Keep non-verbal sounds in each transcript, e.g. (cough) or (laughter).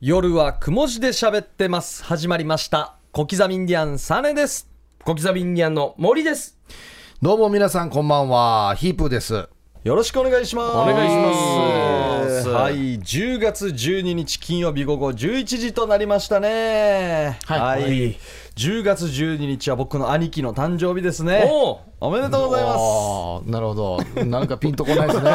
夜はくも字で喋ってます。始まりました。小刻みインディアンサネです。小刻みインディアンの森です。どうも皆さんこんばんは、ヒープーです。よろしくお願いします。お願いしますはい、10月12日金曜日午後11時となりましたね。はい。10月12日は僕の兄貴の誕生日ですね。おおめでとうございまああ、なるほど。なんかピンとこないですね。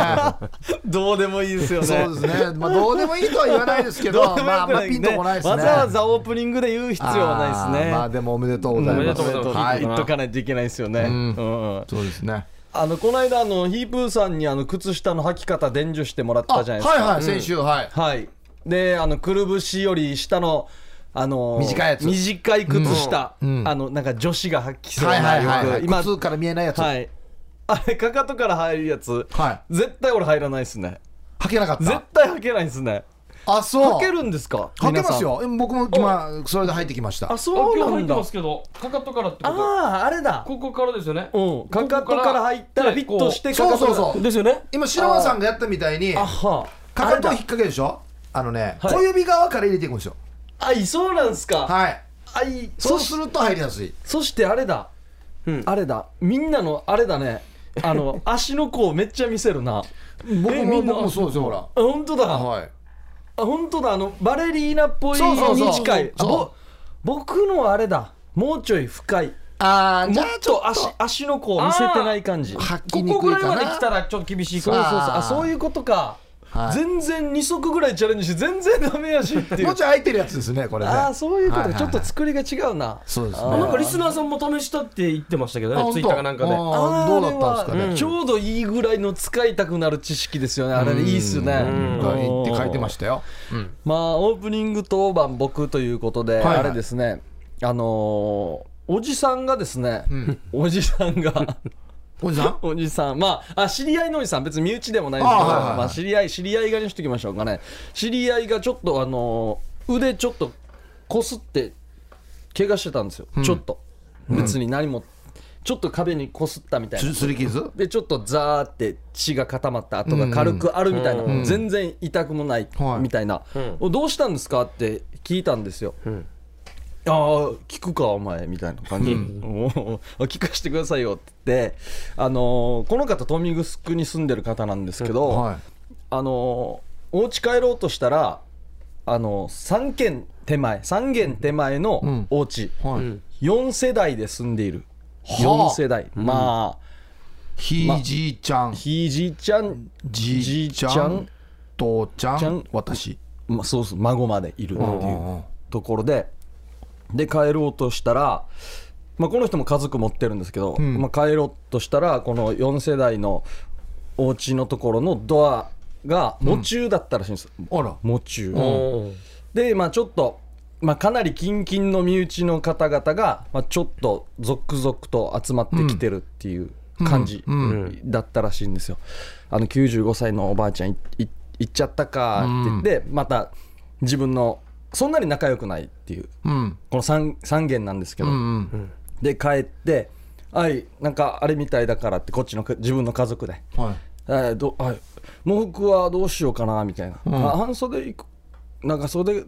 す。どうでもいいですよね。 (laughs) そうですね。まあどうでもいいとは言わないですけど、 (laughs) どうでもよくまあまあないピンとこないですね。わざわざオープニングで言う必要はないですあね。ーまあでもおめでとうございます。おめでとうございますは言い。っとかないといけないですよね。んうんそうですね。あのこの間あのヒープーさんにあの靴下の履き方伝授してもらっあ、たじゃなはいいですか。はい、先週、はい。はい。で、あの、くるぶしより下の、あのー短いやつ短い靴下、うんうんあの、なんか女子が履きそうはな、いはいはいはよい。く今、靴から見えないやつ。は。はいい。あれ、かかとから入るやつ、絶対俺入らないですね。履けなかっ絶た。対履けないですね。あ、そう。履けるんですか履けます。皆よ。うん僕も今それで入ってきましたさんあ、。おそ今う日な入んってだ。ますけど、かかとからってこと。ああ、あれだ。ここからですよね。うん。かかとから入ったらフィットして、かそうかとそうが。そう。ですよね。今白間さんがやったみたいに、あかはあ。かとをあ引れっだ掛けるでしょ。あのね、はい小指側から入れていくんですよ。あ、いそうなんすか。はい。あい、そそうしすると入りやすい。そしてあれだ、んあれだみんなのあれだねあ (laughs) の足の甲めっちゃ見せるな僕えみんなそうですよ、ほら。あ本当だ、はい。あ本当だあのバレリーナっぽいそうそうそうに近いあぼそ僕のあれだもうちょい深いあー、じもゃっあちょっと足足の甲見せてない感じそうそう履きこにこぐくいらいかまで来たな。ら、ちょっと厳しいそうかああーそういうことか、はい全然2足ぐらいチャレンジして全然ダメやしっていもううちょい空いてるやつですね、これね。ああそういうこと、はははちょっと作りが違うなそうですねあら。ーなんかリスナーさんも試したって言ってましたけどあね、本当ツイッターかなんかで。あーあどうだったんですかね。ちょうどいいぐらいの使いたくなる知識ですよね、あれでいいっすよね。はいって書いてましたよ。まあ、オープニング当番、僕ということで、いはいあれですね、あのーおじさんがですね、おじさんが、おじさんおじさん、まああ、知り合いのおじさん、別に身内でもないんですけど、あはいはいはいまあ、知り合い、知り合いがにしときましょうかね、知り合いがちょっと、あのー腕ちょっとこすって、怪我してたんですよ、ちょっと、別に何も、ちょっと壁にこすったみたいなす。すり傷でちょっとザーって血が固まった跡が軽くあるみたいな、全然痛くもないはいみたいな、おどうしたんですかって聞いたんですよ、んああ聞くかお前みたいな感じ、おー聞かせてくださいよって言って、あのーこの方トミグスクに住んでる方なんですけど、はあのーお家帰ろうとしたら、あのー、3軒手前3軒手前のお家、い。はんい。 4世代で住んでいるあ4世代、まあ、ひいじいちゃん、ひいじいちゃん、じじいいちちゃんゃん、父ちゃちゃんん、私。まあ、そうそう孫までいるってうんいううんうんところでで帰ろうとしたら、まあ、この人も家族持ってるんですけど、まあ、帰ろうとしたらこの4世代のお家のところのドアが喪中だったらしいんです、あら。喪中ーでまあちょっと、まあ、かなり近々の身内の方々が、まあ、ちょっと続々と集まってきてるっていう感じだったらしいんですよ。あの95歳のおばあちゃんいい行っちゃったかって言って、また自分のそんなに仲良くないっていううん。この 3, 三軒なんですけど、うんうん。で帰って「はいなんかあれみたいだから」ってこっちのか自分の家族ではい。えーどはい、喪服はどうしようかなみたいな、あ半袖いく長袖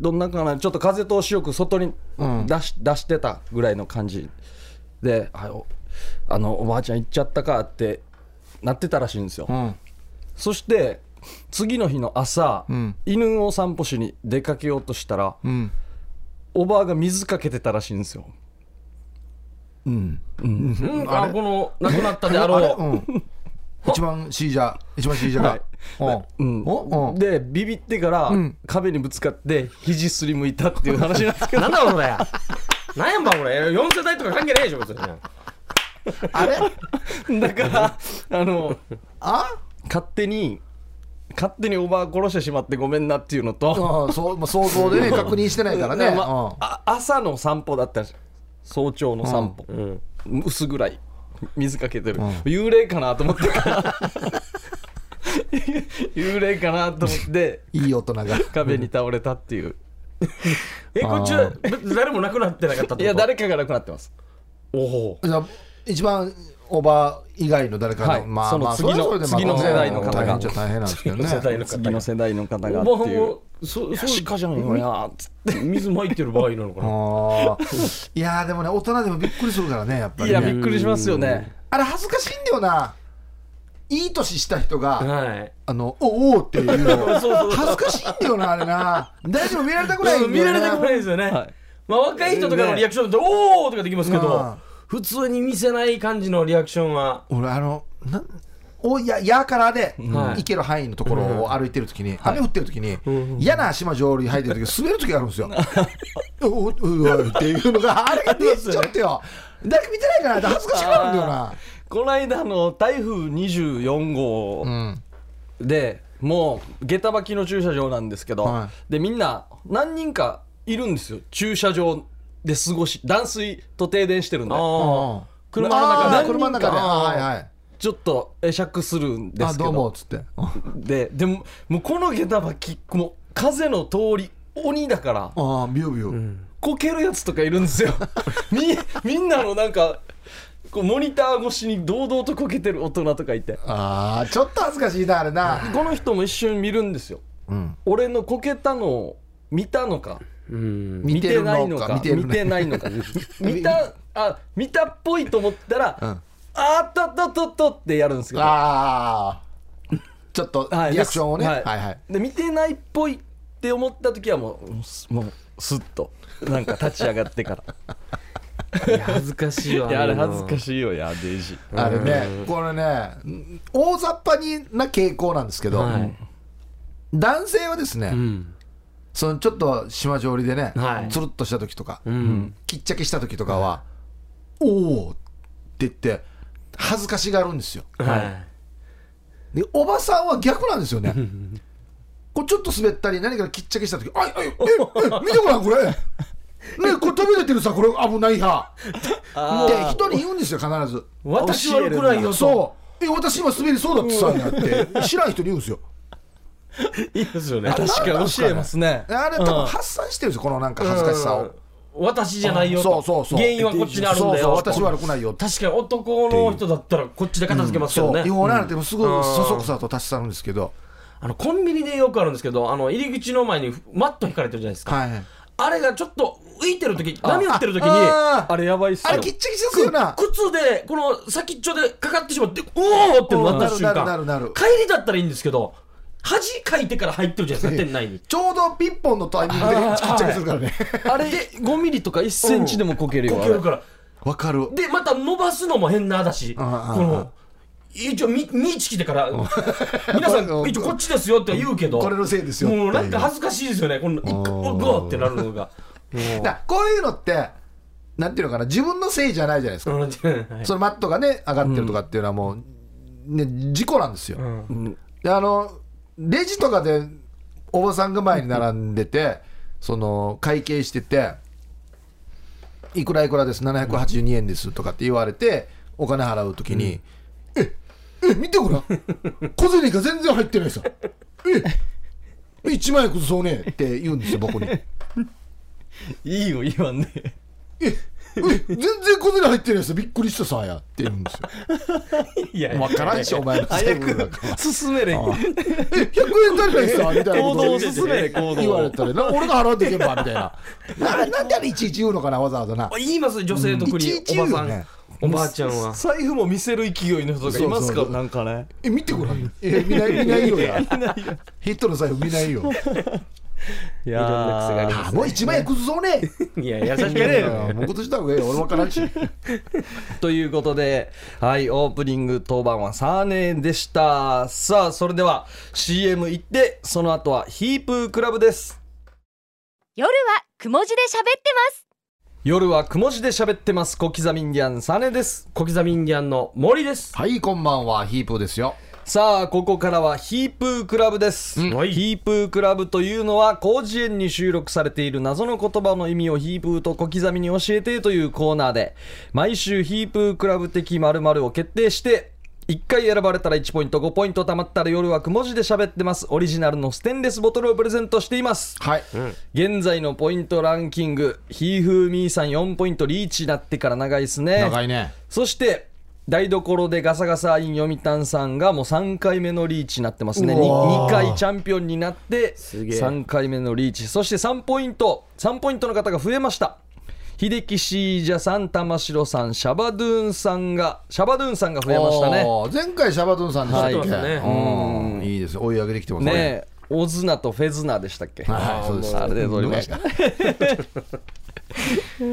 どんなかなちょっと風通しよく外にうん出し,、出してたぐらいの感じで、はい、おあのおばあちゃん行っちゃったかってなってたらしいんですよ、うん。そして次の日の朝、ん犬を散歩しに出かけようとしたらうん。おばあが水かけてたらしいんですようん。うんあ、この、亡くなったでああれろう。うん。 (laughs) 一番 C じゃ、一番 C じゃが。うん。おうん。でビビってから、壁にぶつかって肘すりむいたっていう話なんですけどなんだこれ。なんやんばこれ。四世代とか関係ないでしょ、別に。あれ (laughs) だからあのあ勝手に勝手におばあ殺してしまってごめんなっていうのと、うんそうまあ想像でね、確認してないからね。まうんあ朝の散歩だったんですよ早朝の散歩、薄暗い水かけてる、幽霊かなと思って (laughs) から幽霊かなと思っていい大人が。壁に倒れたっていうえ、こっちは、別に誰も亡くなってなかったってこといや誰かが亡くなってますおお。じゃあ一番おば以外の誰かの、はいまあそのまあ次のそれはそれでまあ次の世代の方が大変っちゃ大変なんですけどね次の世代の次の世代の方がおっばていうもそうそう鹿じゃんよなつって水まいてる場合なのかなあーいやーでもね大人でもびっくりするからねやっぱいり、やね、びっくりしますよねあれ恥ずかしいんだよないい年した人が、はいあのおおっていうのそうそう恥ずかしいんだよなあれな誰にも見られたくないんだうよんね見られたくないですよね、はいまあ、若い人とかのリアクションだとおーとかできますけまどあ普通に見せない感じのリアクションは俺あのなんおややからで、はい行ける範囲のところを歩いてるときに、雨降ってるときに、嫌な足場上流入ってるとき滑るときがあるんで (laughs) すよ。おおうわっていうのがあれがねちょっとよ誰か見てないから恥ずかしくなるんだよな。この間の台風24号うんでもう下駄履きの駐車場なんですけど、はでみんな何人かいるんですよ駐車場で過ごし断水と停電してるんでああ車のあー中何人か車の中であーはいはいちょっと会釈するんであすけどどうもっつってあででももうこの下駄履きもう風の通り鬼だからあビュービュー、こけるやつとかいるん (laughs) ですよみみんなのなんかこうモニター越しに堂々とこけてる大人とかいてああちょっと恥ずかしいなあれな。この人も一瞬見るんですようん俺のこけたのを見たのかうん見見ててるないののかか見てるね見てない (laughs) のか見たあ見たっぽいと思ったら、うんあったったったったってやるんですけどああちょっとはいリアクションをね、ではい、はいはいで見てないっぽいって思った時はもうすもうスッとなんか立ち上がってからいや恥ずかしい (laughs) わいやあれ恥ずかいしいよいやデイジーあれね、これね、大雑把にな傾向なんですけど、はい男性はですね、うんそのちょっと島上りでね、はいつるっとした時とか、うんきっちゃけした時とかは、おおって言って、恥ずかしがるんですよ。はで、おばさんは逆なんですよね。こうちょっと滑ったり、何かきっちゃけした時あいあい、え、え、見てごらん、これ。ね、これ飛び出てるさ、これ危ない派。って人に言うんですよ、必ず。い私は良くないよそそう。え、私今滑りそうだってさ、なって、知らん人に言うんですよ。ういいですよね確かに教えますねあれ多分発散してるんですよ、このなんか恥ずかしさを。私じゃないよとそうそうそう。原因はこっちにあるんだよそうそう、私は悪くないよ。確かに男の人だったらこっちで片付けますけどそう、ね、違法ならでもすごいそそくさと立ち去るんですけど、あのコンビニでよくあるんですけどあの入り口の前にマット引かれてるじゃないですか、はい。あれがちょっと浮いてる時波打ってる時にあーあれやばいっすあれよきっちりですよな。靴でこの先っちょでかかってしまっておおってなった瞬なるな間るなるなる帰りだったらいいんですけど恥かいてから入ってるじゃないですか店内にちょうどピンポンのタイミングできっちゃけするからね。あれ5ミリとか1センチでもこけるよこあけれるからわかる。でまた伸ばすのも変なだしこああの一応み見ちきてから皆さんうん一応こっちですよって言うけどこれのせいですよもうなんか恥ずかしいですよねこんな一回うんうわってなるのがだからこういうのって、なんていうのかな、自分のせいじゃないじゃないですか。うんはいそのマットがね、上がってるとかっていうのはもう、ね、事故なんですよ。うんであのレジとかでおばさんが前に並んでて、その会計してて、いくらいくらです、782円ですとかって言われて、お金払うときに、ええ見てごらん、 (laughs) 小銭が全然入ってないさ、え1万円崩そうねって言うんですよ、僕に。えいいよ言わんね全然小銭入ってないさ、びっくりしたさやって言うんですよ。い (laughs) やいやわからんでしょ、お前の財早布だくから進めれえ100円足りないさみたいな行こと動を進めれ行言わ動れをたらな俺が払っていけばみたいな (laughs) ななんであれいちいち言うのかなわざわざな言いますよ女性特うんにいちいちお言うばよさねんおばあちゃんは財布も見せる勢いの人がいますそうかそうらなんかねえ見てごらんえ見ない見ないよやヒットの財布見ないよいいろんな癖がありや (laughs) まあもう1万円崩そうねいや優しくいやねいやもう崩した方がいいよ俺わからんしということではいオープニング当番はサーネーでしたさあそれでは CM 行ってその後はヒープークラブです夜はくも字で喋ってます夜はくも字で喋ってます小刻みインディアンサーネーです小刻みインディアンの森ですはいこんばんはヒープーですよさあここからはヒープークラブです、んはいヒープークラブというのは広辞苑に収録されている謎の言葉の意味をヒープーと小刻みに教えてというコーナーで毎週ヒープークラブ的〇〇を決定して1回選ばれたら1ポイント5ポイント貯まったら夜はく文字で喋ってますオリジナルのステンレスボトルをプレゼントしていますはい、現在のポイントランキングひーふーみーさん4ポイントリーチになってから長いですね長いねそして台所でガサガサイン読谷さんがもう3回目のリーチになってますね 2, うわー回チャンピオンになってげえ3回目のリーチそして3ポイント3ポイントの方が増えました秀樹シージャさん玉城さんシャバドゥーンさんがシャバドゥーンさんが増えましたねおー前回シャバドゥンさんでしたっけ、はいうんいいですね追い上げできてますねえオズナとフェズナでしたっけはいそうですあれで通りましたえ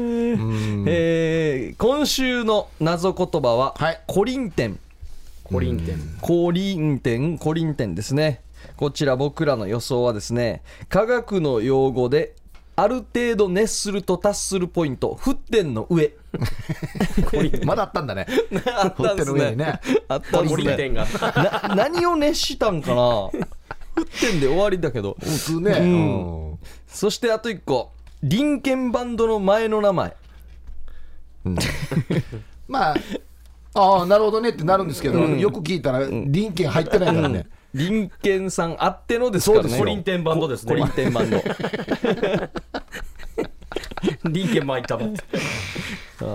ー今週の謎言葉は、はいコリンテンコリンテンコリンテン、コリンテンですね。こちら僕らの予想はですね、科学の用語で、ある程度熱すると達するポイント、沸点の上。 (laughs) まだあったんだ (laughs) ねあっほっんての上にね (laughs) あったんでコすリンテね。ンがな何を熱したんかな沸点で終わりだけど。普通ね、んそしてあと一個、林ンバンドの前の名前。まあああなるほどねってなるんですけど、よく聞いたら臨券入ってないからね、林ンさんあってのですからそうでね。すよコリンテンバンドですねコリンテンバン (laughs) ド。リンケン巻いたばってあ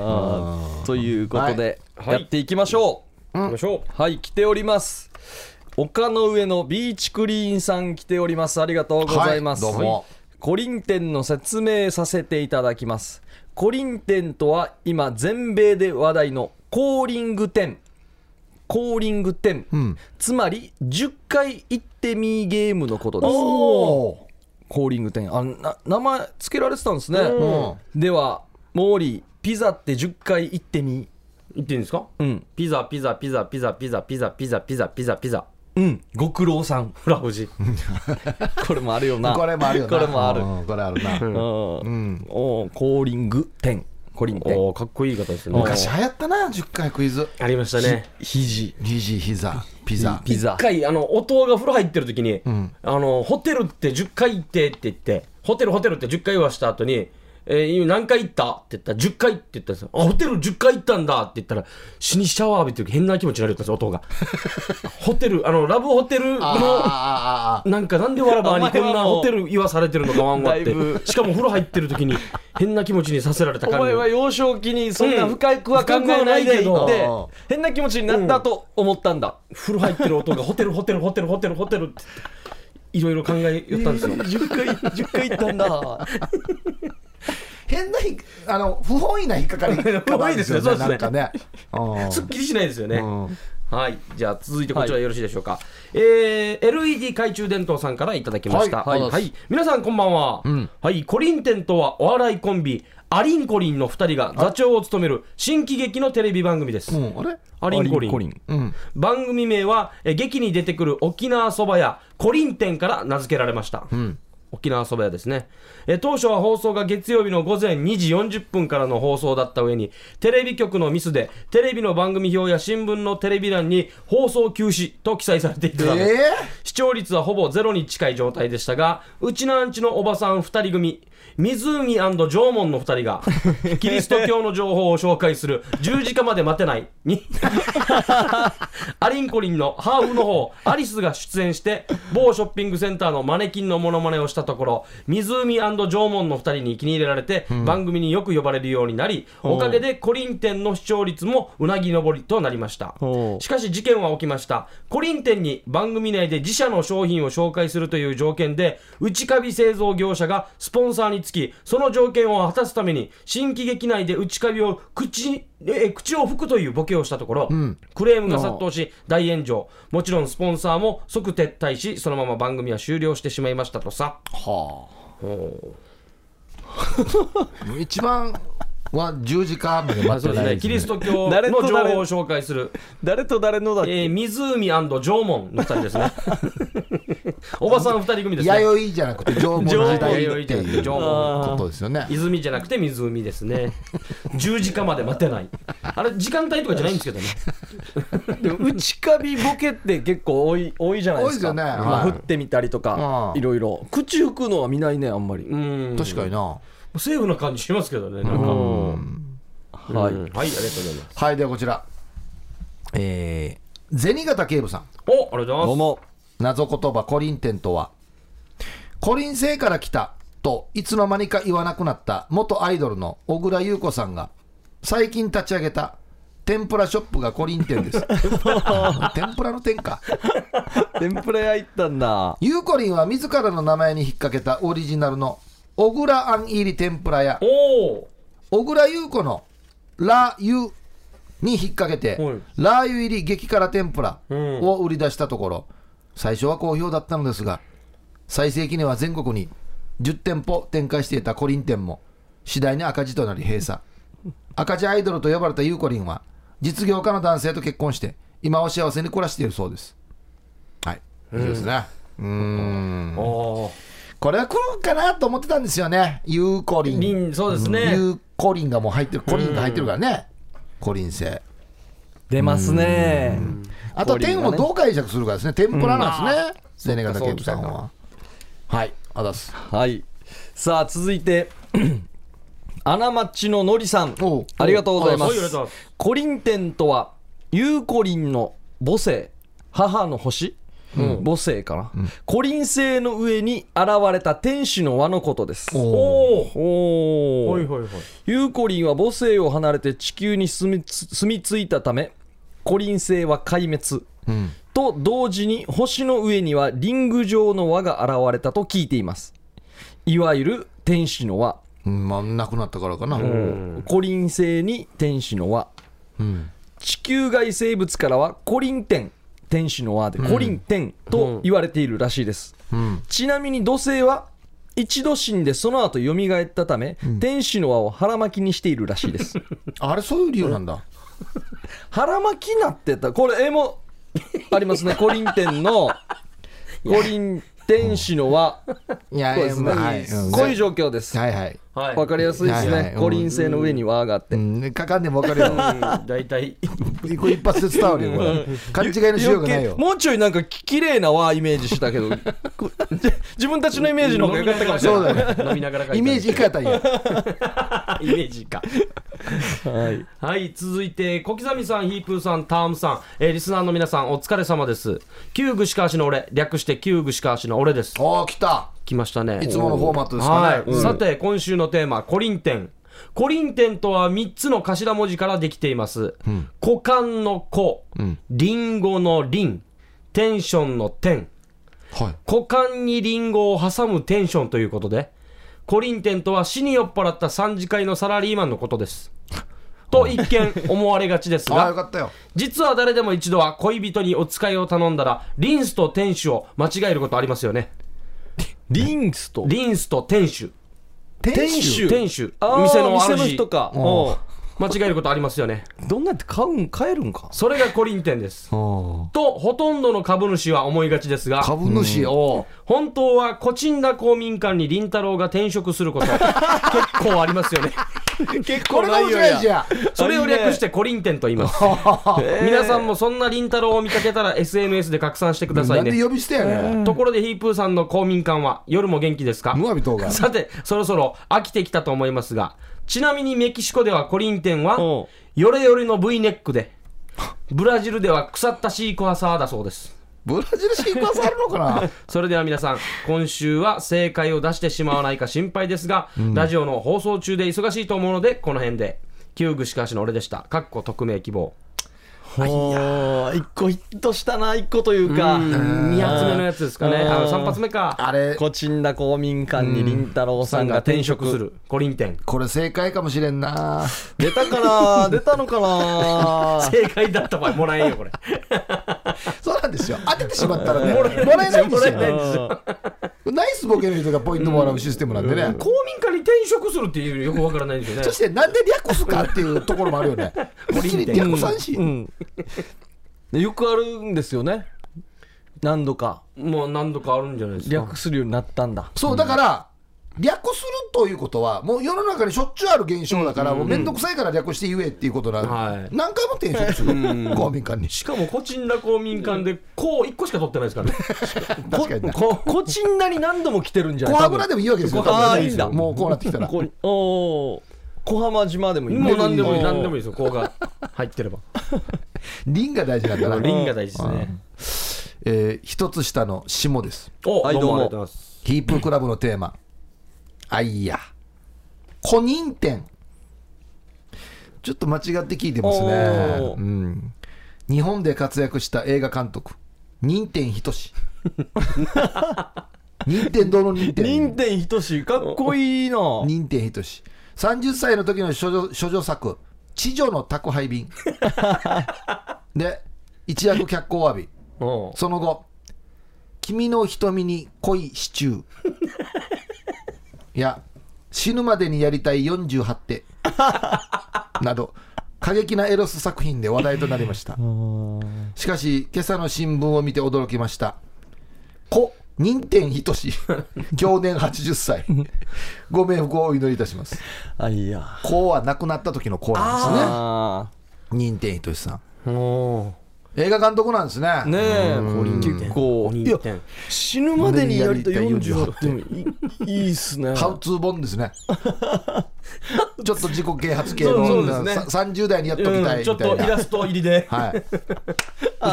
ーということで、はいやっていきましょう。行きましょうはい、来ております。丘の上のビーチクリーンさん来ております。ありがとうございます。はいどうもはいコリンテンの説明させていただきます。コリンテンとは今全米で話題のコーリングテン。コーリングテン。んつまり10回行ってみーゲームのことです。おーコーリングテン。あな名前付けられてたんですね。うんでは、モーリー、ピザって10回行ってみー。行っていいんですかうん。ピザピザピザピザピザピザピザピザピザピザうん。ご苦労さん。フラフジこれもあるよな。これもあるよなこれもある。うんこれあるな、うん。おーコーリング点。コリン点。おーかっこいい方ですね昔流行ったな10回クイズありましたね肘。肘膝ピザピザ一。回あの音が風呂入ってる時に、あのホテルって10回行ってって言ってホテルホテルって10回言わした後に、えー今何回行ったって言ったら10回って言ったんですよあホテル10回行ったんだって言ったら死にシャワー浴びてる時変な気持ちになるよったんですよ音が (laughs) ホテルあのラブホテルあーあのーあーあなんかなんでわらばにお前はこんなもうホテル言わされてるのかわんわっだいぶてしかも風呂入ってる時に変な気持ちにさせられたお感前じは幼少期にそんな深くは考えないでいうん深くはないけてど、変な気持ちになったと思ったんだ。風呂入ってる音がホテルホテルホテルホテルホテルって言っていろいろ考えよったんですよ (laughs) 10回、10回行ったんだ。ー変なひあの不本意な引っかかり方よ (laughs) 不本意ですねそうですねなんかね、うんすっきりしないですよね。はい。じゃあ、続いてこちらはいよろしいでしょうか。えー、LED 懐中電灯さんからいただきました。ははいい。はいはい皆さん、こんばんは、はい。コリンテンとは、お笑いコンビ、アリンコリンの2人が座長を務める新喜劇のテレビ番組です。うん、あれアリンコリン。番組名は、えー劇に出てくる沖縄そばやコリンテンから名付けられました。沖縄そば屋ですね、えー当初は放送が月曜日の午前2時40分からの放送だった上にテレビ局のミスでテレビの番組表や新聞のテレビ欄に放送休止と記載されていたためえ視聴率はほぼゼロに近い状態でしたがうちのアンチのおばさん2人組湖縄文の2人がキリスト教の情報を紹介する十字架まで待てないにアリンコリンのハーフの方アリスが出演して某ショッピングセンターのマネキンのモノマネをしたところ湖縄文の2人に気に入れられて、番組によく呼ばれるようになりおかげでコリン店の視聴率もうなぎ登りとなりましたほうしかし事件は起きました。コリン店に番組内で自社の商品を紹介するという条件で、内カビ製造業者がスポンサーにつき、その条件を果たすために、新喜劇内で内カビを口、え口を拭くというボケをしたところ、クレームが殺到し、大炎上。もちろんスポンサーも即撤退し、そのまま番組は終了してしまいましたとさ。はあ (laughs) 一番は十字架まであ待そっうてなですね。いキでリすスねト教の誰情と誰報を紹介する。誰と誰のだっえー、け湖縄文の2 (laughs) 人ですね。おばさん2人組ですね。弥生じゃなくて縄文時代っていう縄文ことですよね泉じゃなくて湖ですね十時間まで待てないあれ時間帯とかじゃないんですけどねでも内カビボケって結構多い多いじゃないですか。多いですよねまあはい振ってみたりとか、うんいろいろ。口拭くのは見ないね、あんまり。うん確かになセーフな感じしますけどねなんかうんははいい、はい、ありがとうございますはいではこちらえー銭形警部さんおありがとうござどいうま (laughs) すも謎言葉コリンテンとはコリン星から来たといつの間にか言わなくなった元アイドルの小倉優子さんが最近立ち上げた天ぷらショップがコリンテンです (laughs) 天ぷらの天か天ぷら屋行ったんだゆうこりんは自らの名前に引っ掛けたオリジナルの小倉あん入り天ぷらやおお小倉優子のラー油に引っ掛けて、はいラー油入り激辛天ぷらうんを売り出したところ、最初は好評だったのですが最盛期には全国に10店舗展開していたコリン店も次第に赤字となり閉鎖赤字アイドルと呼ばれたゆうこりんは実業家の男性と結婚して今は幸せに暮らしているそうですはい以上ですねうーんおこれは来るかなと思ってたんですよねゆうこりんりんそうですねいうコリンがもう入ってるコリンが入ってるからね、コリン製出ますねあとコリンが天ねをどう解釈するかですね天ぷらなんですね、う銭ん形警部さんそははいあざっすはいさあ続いて (clears throat) アナマッチののりさんおうありがとうございまおうありがとうございますコリンテンとはユーコリンの母性母の星、母性かな、コリン星の上に現れた天使の輪のことですおおおおおはいはいはいユーコリンは母性を離れて地球に住みつ住み着いたためコリン星は壊滅うんと同時に星の上にはリング状の輪が現れたと聞いていますいわゆる天使の輪うんまあなくなったからかな、コリン星に天使の輪うん地球外生物からはコリン天天使の輪でコリン天と言われているらしいです、うんちなみに土星は一度死んでその後蘇ったため、天使の輪を腹巻きにしているらしいです (laughs) あれそういう理由なんだ腹巻きなってたこれ絵も (laughs) ありますねコリン天のコリン天使の輪いやそうですね、うんこういう状況です。はいはい、はいわかりやすいですはいはいね。五輪星の上に輪があっうて。ん、かかんでも分かるようん大体これ一発で伝わるよこれ勘違いのしようがないよもうちょいなんかき綺麗な輪イメージしたけど、こ自分たちのイメージの方が良かったかもしれそうだ飲みながら書いたイメージいかやったんやイメージかない。はい。はい続いて小刻みさんヒープーさんタームさん、えーリスナーの皆さんお疲れ様です旧具しかわしの俺略して旧具しかわしの俺ですおお来た来ましたねいつものフォーマットですかねはい、うんさて今週のテーマコリンテンコリンテンとは3つの頭文字からできています、股間の子、リンゴのリンテンションのテンはい股間にリンゴを挟むテンションということでコリンテンとは死に酔っ払った3次会のサラリーマンのことですと一 (laughs) 見思われがちですああよがかったよ実は誰でも一度は恋人にお使いを頼んだらリンスと店主を間違えることありますよねリンスとリンスと店主天主店主あー店の店主の人か。おお間違えることありますよねうどんなやって買うん買えるんか。それがコリンテンですおとほとんどの株主は思いがちですが株主を本当はコチンダ公民館に林太郎が転職すること (laughs) 結構ありますよね結これが面白いじゃんそれを略してコリンテンと言います。皆さんもそんなりんたろーを見かけたら SNS で拡散してくださいなんでね。呼び捨てやねんところでヒープーさんの公民館は夜も元気ですかムアビ等が (laughs) さて、そろそろ飽きてきたと思いますが、ちなみにメキシコではコリンテンはお、ヨレヨレの V ネックで、ブラジルでは腐ったシークワーサーだそうです。ブラジルシークワーサーあるのかなそれでは皆さん、今週は正解を出してしまわないか心配ですが、ラジオの放送中で忙しいと思うので、この辺で。キューグしかしの俺でした。かっこ匿名希望。おー一個ヒットしたな一個というか。 2発目のやつですかね、うんあの3発目か、あれこちんだ公民館に林太郎さんが転職す。る、コリンテン、これ正解かもしれんな出たかな出たのかな正解だった場合、もらえんよ、これ。そうなんですよ当ててしまったらねももららえないえないんですもらえよナイスボケの人がポイントもらうシステムなんでね (laughs) 公民館に転職するっていうよくわからないんですよねそ。してなんで略すかっていうところもあるよね別に略さんしうん、よくあるんですよね何度かもう何度かあるんじゃないですか。略するようになったんだそうだから略するということはもう世の中にしょっちゅうある現象だからもう面倒くさいから略して言えっていうことなはい何回も転職する公民館にしかも、こちんら公民館で、こう1個しか取ってないですからね。確かになこ (laughs) こちんなに何度も来てるんじゃない小多油分でもいいわけですよあーいいんだもうこうなってきたらこおー小浜島でもいいもう何でもいいうん何でもいいですよこうが入ってればリンが大事なんだなリンが大事ですねえー一つ下の下ですおはいどうもありどがとううもございますヒープークラブのテーマあいや古人展ちょっと間違って聞いてますねおーうん日本で活躍した映画監督任天仁志任天堂の任天任天仁志かっこいいな任天仁志30歳の時の処女処女作「知女の宅配便」で一躍脚光を浴びおその後、君の瞳に恋シチュー。いや、死ぬまでにやりたい48手。など、過激なエロス作品で話題となりました。しかし、今朝の新聞を見て驚きました。故、任天仁志、享年80歳。ご冥福をお祈りいたします。あいや故は亡くなった時の故なんですね。あ任天仁志さん。お映画監督なんですね。ーねえこれ結構いや任天死ぬまでにやりたい死ぬまでにや48りっていいいいっすねハウツー本 (laughs) ですね。ちょっと自己啓発系その、うそうですねさ30代にやっときたいうんみちたょっといイラな。スト入り (laughs) ではい、う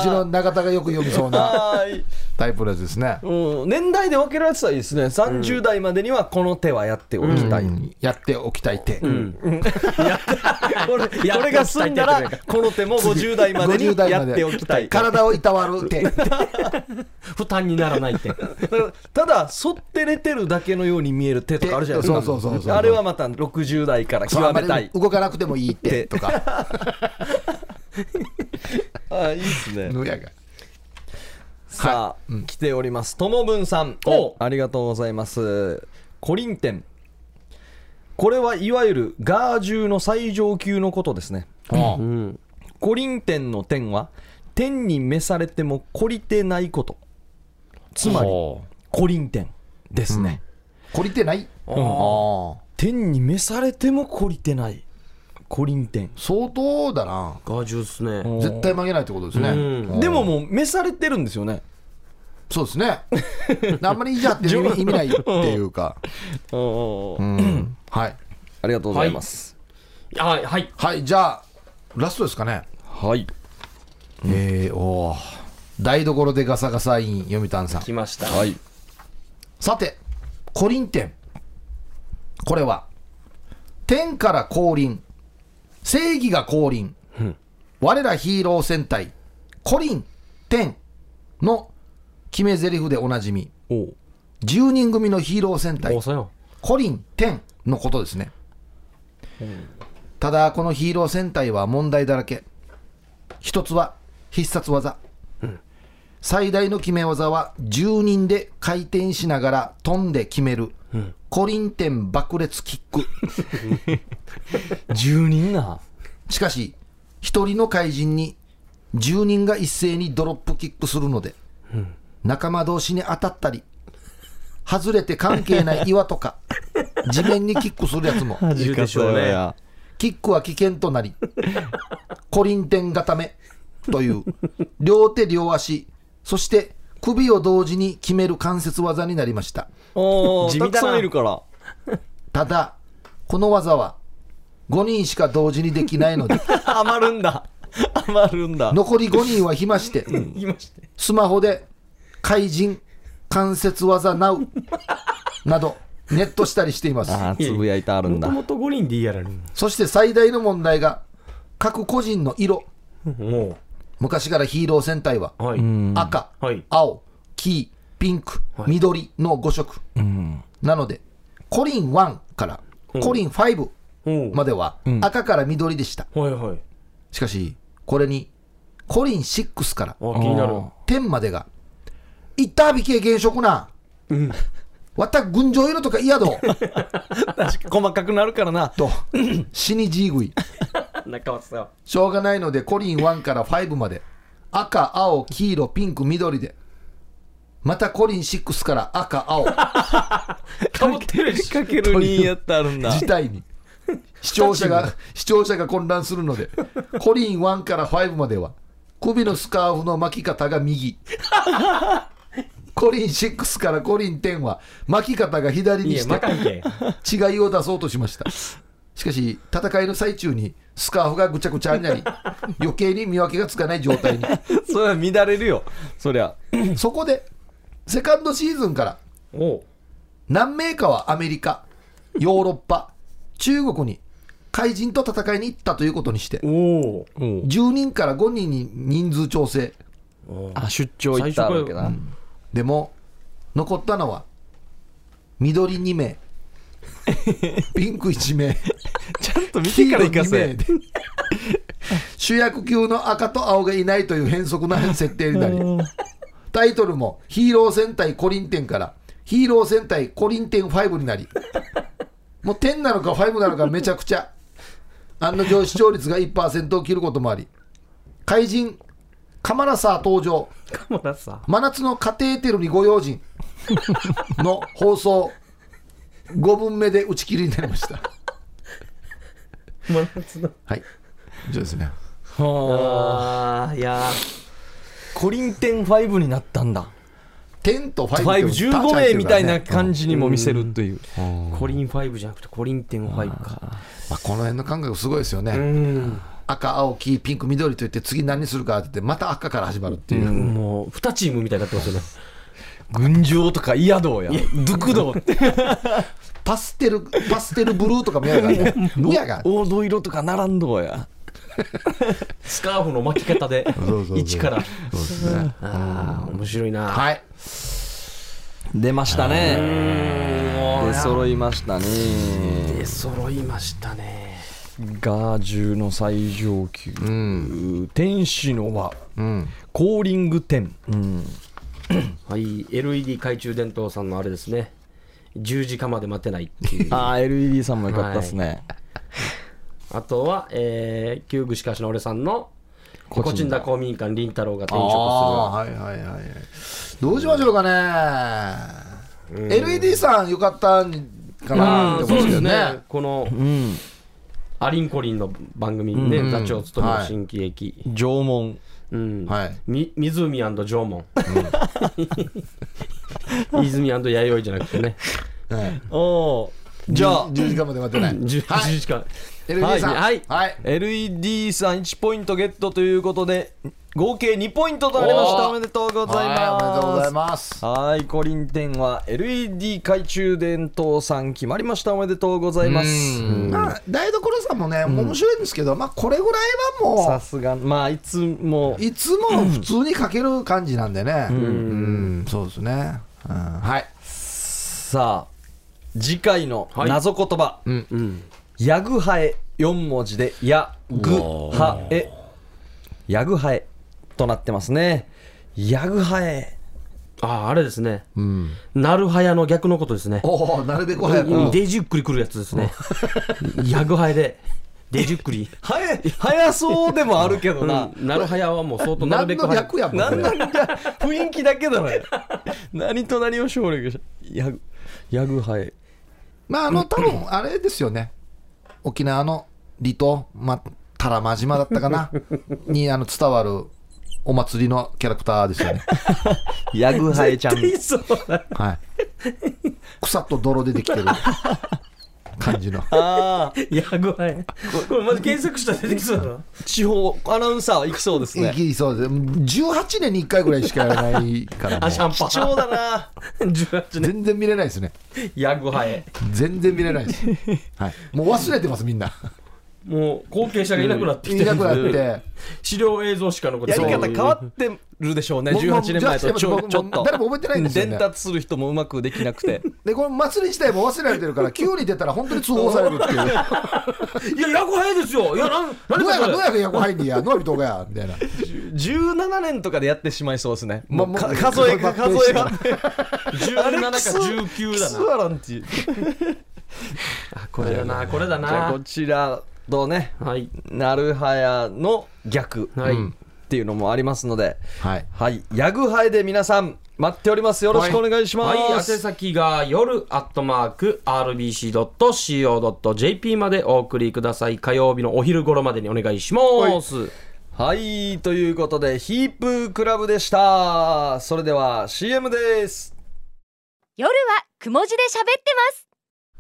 ちの永田がよく読みそうなはーいタイプのやつですね。うん、年代で分けられてたらいいですね30代までにはこの手はやっておきたい、うんやっておきたいっ (laughs) て、これこれが済んだらこの手も50代までに50代やまっでておきたい体をいたわるって、負担にならないってだからただ反って寝てるだけのように見える手とかあるじゃないですかそうそうそうそうあれはまた60代からそうあ極まめりたい動かなくてもいいってと (laughs) か、あいいですねぬやがさあ、来ておりますともぶんさんおありがとうございますコリンテンこれはいわゆるガージュの最上級のことですねうんコリンテンの天は天に召されても懲りてないことつまりほコリンテンですね、懲りてない、ああ天に召されても懲りてないコリンテン相当だな、ガージュっすね絶対曲げないってことですね。うんでももう召されてるんですよねそうですね、あんまりいじゃってる意味意味ないっていうか、うんはい、ありがとうございますはいはいはい、じゃあ、ラストですかね。はいえー、おー台所でガサガサイン読谷さん来ましたはいさてコリン天これは天から降臨正義が降臨、我らヒーロー戦隊コリン天の決め台詞でおなじみおう10人組のヒーロー戦隊おさよコリン10のことですね、ただこのヒーロー戦隊は問題だらけ一つは必殺技、最大の決め技は10人で回転しながら飛んで決める、コリンテン爆裂キック10人なしかし一人の怪人に10人が一斉にドロップキックするので、仲間同士に当たったり外れて関係ない岩とか地面にキックするやつもいるでしょうねキックは危険となり、 (laughs) コリンテン固めという、両手両足、そして首を同時に決める関節技になりました。おー地味ただくなさんいるからただ、この技は5人しか同時にできないの (laughs) で、余るんだ余るんだ残り5人は暇して、来ましたスマホで怪人、関節技ナウなど、ネットしたりしています。あーつぶやいてあるんもだともと5人でやられるそして最大の問題が、各個人の色、お昔からヒーロー戦隊は、うはい赤、はい青、黄、ピンク、緑の5色。なので、コリン1からコリン5おまでは赤から緑でした。はいはいしかし、これにコリン6からあ気になる10までが、いったびけ原色な。わた群青色とか嫌だ確か細かくなるからなと、死にじいぐい。中松さんしょうがないので、コリン1から5まで、赤、青、黄色、ピンク、緑で、またコリン6から赤、青、かぶってるしかける2やってあるんだ事態に視聴者が視聴者が混乱するのでコリン1から5までは首のスカーフの巻き方が右コリン6からコリン10は巻き方が左いにやしてまかんけ違いを出そうとしましたししかし戦いの最中にスカーフがぐちゃぐちゃになり余計に見分けがつかない状態に (laughs) それは乱れるよそりゃそこでセカンドシーズンからおう何名かはアメリカヨーロッパ中国に怪人と戦いに行ったということにしておう10人から5人に人数調整あ出張行ったわけだでも残ったのは緑2名ピンク1名ちゃんと見てから行かせ黄色二名で主役級の赤と青がいないという変則な設定になりタイトルも「ヒーロー戦隊コリンテン」から「ヒーロー戦隊コリンテン5」になりもう10なのか5なのかめちゃくちゃ案の定視聴率が1%を切ることもあり怪人カマラサー登場かもな (laughs) さ真夏のカテーテルにご用心の放送5分目で打ち切りになりました真夏のはい以上ですねああいやコリンテン5になったんだ10と5 515名みたいな感じ、じにも見せるといううんーコリン5じゃなくてコリンテン5かまあ、この辺の感覚すごいですよね、うん赤青黄ピンク緑といって次何にするかって言ってまた赤から始まるっていう、もう2チームみたいになってますよね群青とかイヤド (laughs) ウやドゥクドウってパステルパステルブルーとか見やがる見やがる黄土色とか並んどうやスカーフの巻き方で (laughs) そうそう一からそうですねああ面白いなはい出ましたね出出揃いましたね揃いましたねガージュの最上級、天使の輪うんコーリング天、はい LED 懐中電灯さんのあれですね十字架まで待てないっ (laughs) ていうああ LED さんもよかったですね、あとは、えー、旧具しかしの俺さんのこちんだこちんだ公民館凛太郎が転ああ職はいはいはいはいどうしましょうかね、LED さんよかったんかするなってー思うんですけどねこの、アリンコリンの番組で、ね座長を務める新喜劇、縄文うんはいみ湖縄文、 (laughs) 泉弥生じゃなくてねはいおおじゃあ10時間まで待ってない十はい十時間 LED さんはいはい LED さん1ポイントゲットということで合計2ポイントとなりましたおーおめでとうございはいおめでとうございますますはいコリンテンは LED 懐中電灯さん決まりましたおめでとうございますまあ台所さんもね面白いんですけどまあこれぐらいはもさすがまあいつもういつも普通にかける感じなんでねうんそうですねうんはいさあ次回の謎言葉、んヤグハエ4文字でヤグハエヤグハエとなってますねヤグハエあああれですね、なるはやの逆のことですねおおなるべく早くうんデジュックリ来るやつですねヤグハエでデジュックリハエ早そうでもあるけどな、なるはやはもう相当な何るべくの早略くやもんなんこなれんか雰囲気だけだね (laughs) 何と何を省略したヤグヤグハエまああの多分あれですよね沖縄の離島まあ多良間島だったかなにあの伝わるお祭りのキャラクターですよねヤグハエちゃん (laughs) そうだはい草と泥でできてる感じのああヤグハエこれまず検索したら出てきそうだな地方アナウンサーは行きそうですいねきそうです18年に1回ぐらいしかやらないからもあうシャ (laughs) ン貴パ重だなン18年全然見れないですねヤグハエ全然見れない (laughs) です、はい、もう忘れてますみんなもう後継者がいなくなって (laughs) きいてなくなっるて資料映像しか残ってやりない方変わってるでしょうね、もうもう18年前とちもうょもうちょっと。誰も覚えてないんですよね伝達する人もうまくできなくて。でこの祭り自体も忘れられてるから急に出たら本当に通報される (laughs) っていういやヤグハエですよいやなん何どうやだかこどうれやか役入んねやノアビとかやみたいな17年とかでやってしまいそうですね。 (laughs) まもうかもう数えが数えが。 17か19キだスなアランティあこれだなこれだじゃあこなちらとね、はいなるはやの逆っはいていうのもありますので、はいはい、ヤグハエで皆さん待っております。よろしくお願いしまはい、宛す。先が夜アットマーク RBC.CO.JP までお送りください火曜日のお昼頃までにお願いします、はい、ということで、ヒープークラブでした。それでは CM です。夜はくも字で喋ってます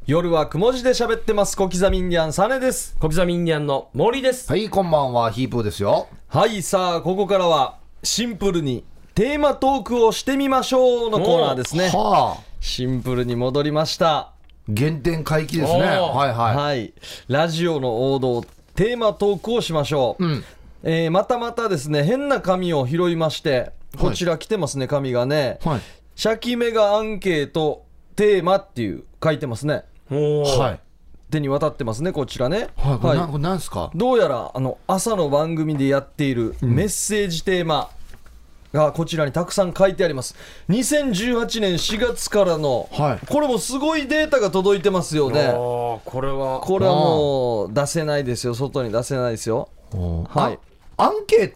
夜はくも字で喋ってます小刻みインディアンサネです小刻みインディアンの森です。はい、こんばんは、ヒープーですよ。はいさあここからはシンプルにテーマトークをしてみましょうのコーナーですねはあ、シンプルに戻りました原点回帰ですね。おーはいはい、はラジオの王道テーマトークをしましょう、んえーまたまたですね変な紙を拾いましてこちら来てますね紙がね、い。はい。シャキメガアンケートテーマっていう書いてますねおーはい。手に渡ってますねこちらねはい、これなこれなんすかどうやらあの朝の番組でやっているメッセージテーマがこちらにたくさん書いてあります2018年4月からの、はいこれもすごいデータが届いてますよねおーこれはこれはもう出せないですよ外に出せないですよはいあアンケー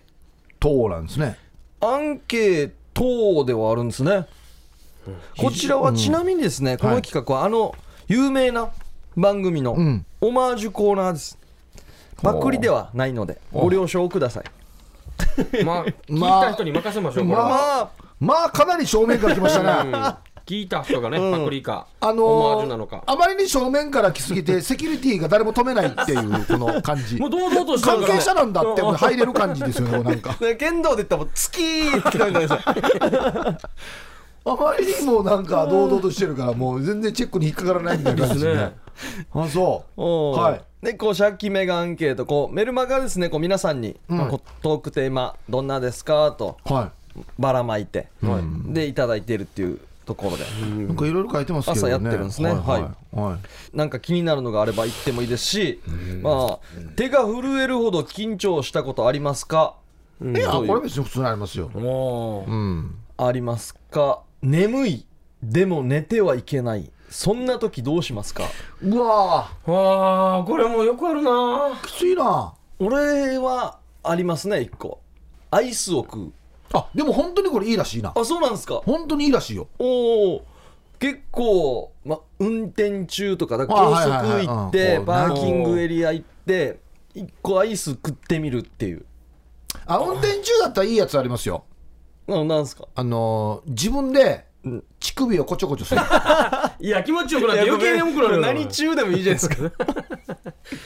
トなんですね。アンケートではあるんですねこちらはちなみにですね、この企画はあの有名な番組のんオマージュコーナーです、パクリではないのでご了承くださいまあ聞いまあた人に任せましょうこれまは、あまあ、かなり正面から来ましたね。 (laughs) うん聞いた人がね、パクリか、あのーオマージュなのかあまりに正面から来すぎ (laughs) て、セキュリティが誰も止めないっていう、この感じ。もう堂々としてる関から、ね、係者なんだって、うもう入れる感じですよね、なん (laughs) か。ね剣道で言ったらもう「月」って言ったみたいなあまりにもなんか、堂々としてるから、もう全然チェックに引っかからないみたいな感じですでねすね。あ、そう。はい。でこう借金メガアンケートこうメルマガですねこう皆さんに、んまあこうトークテーマどんなですかとはばらまいて、はいでいただいてるっていうところでい。なんかいろいろ書いてますけ朝どね。やってるんですねはい。はい。なんか気になるのがあれば言ってもいいですし、まあ、手が震えるほど緊張したことありますか、いや、どこういうれ別に普通にありますよ。もううん。ありますか眠いでも寝てはいけないそんな時どうしますかうわわあこれもよくあるなーきついな。俺はありますね一個アイスを食うあ、でも本当にこれいいらしいな。あそうなんですか本当にいいらしいよ。おお結構、ま、運転中とかだからあ高はいはいはい速行っうてんパーキングエリア行って一個アイス食ってみるっていうあ、運転中だったらいいやつありますよ。ななんですかあのー自分で乳首をこちょこちょする。いや気持ちよくなって余計に眠くなるよ何中でもいいじゃないですか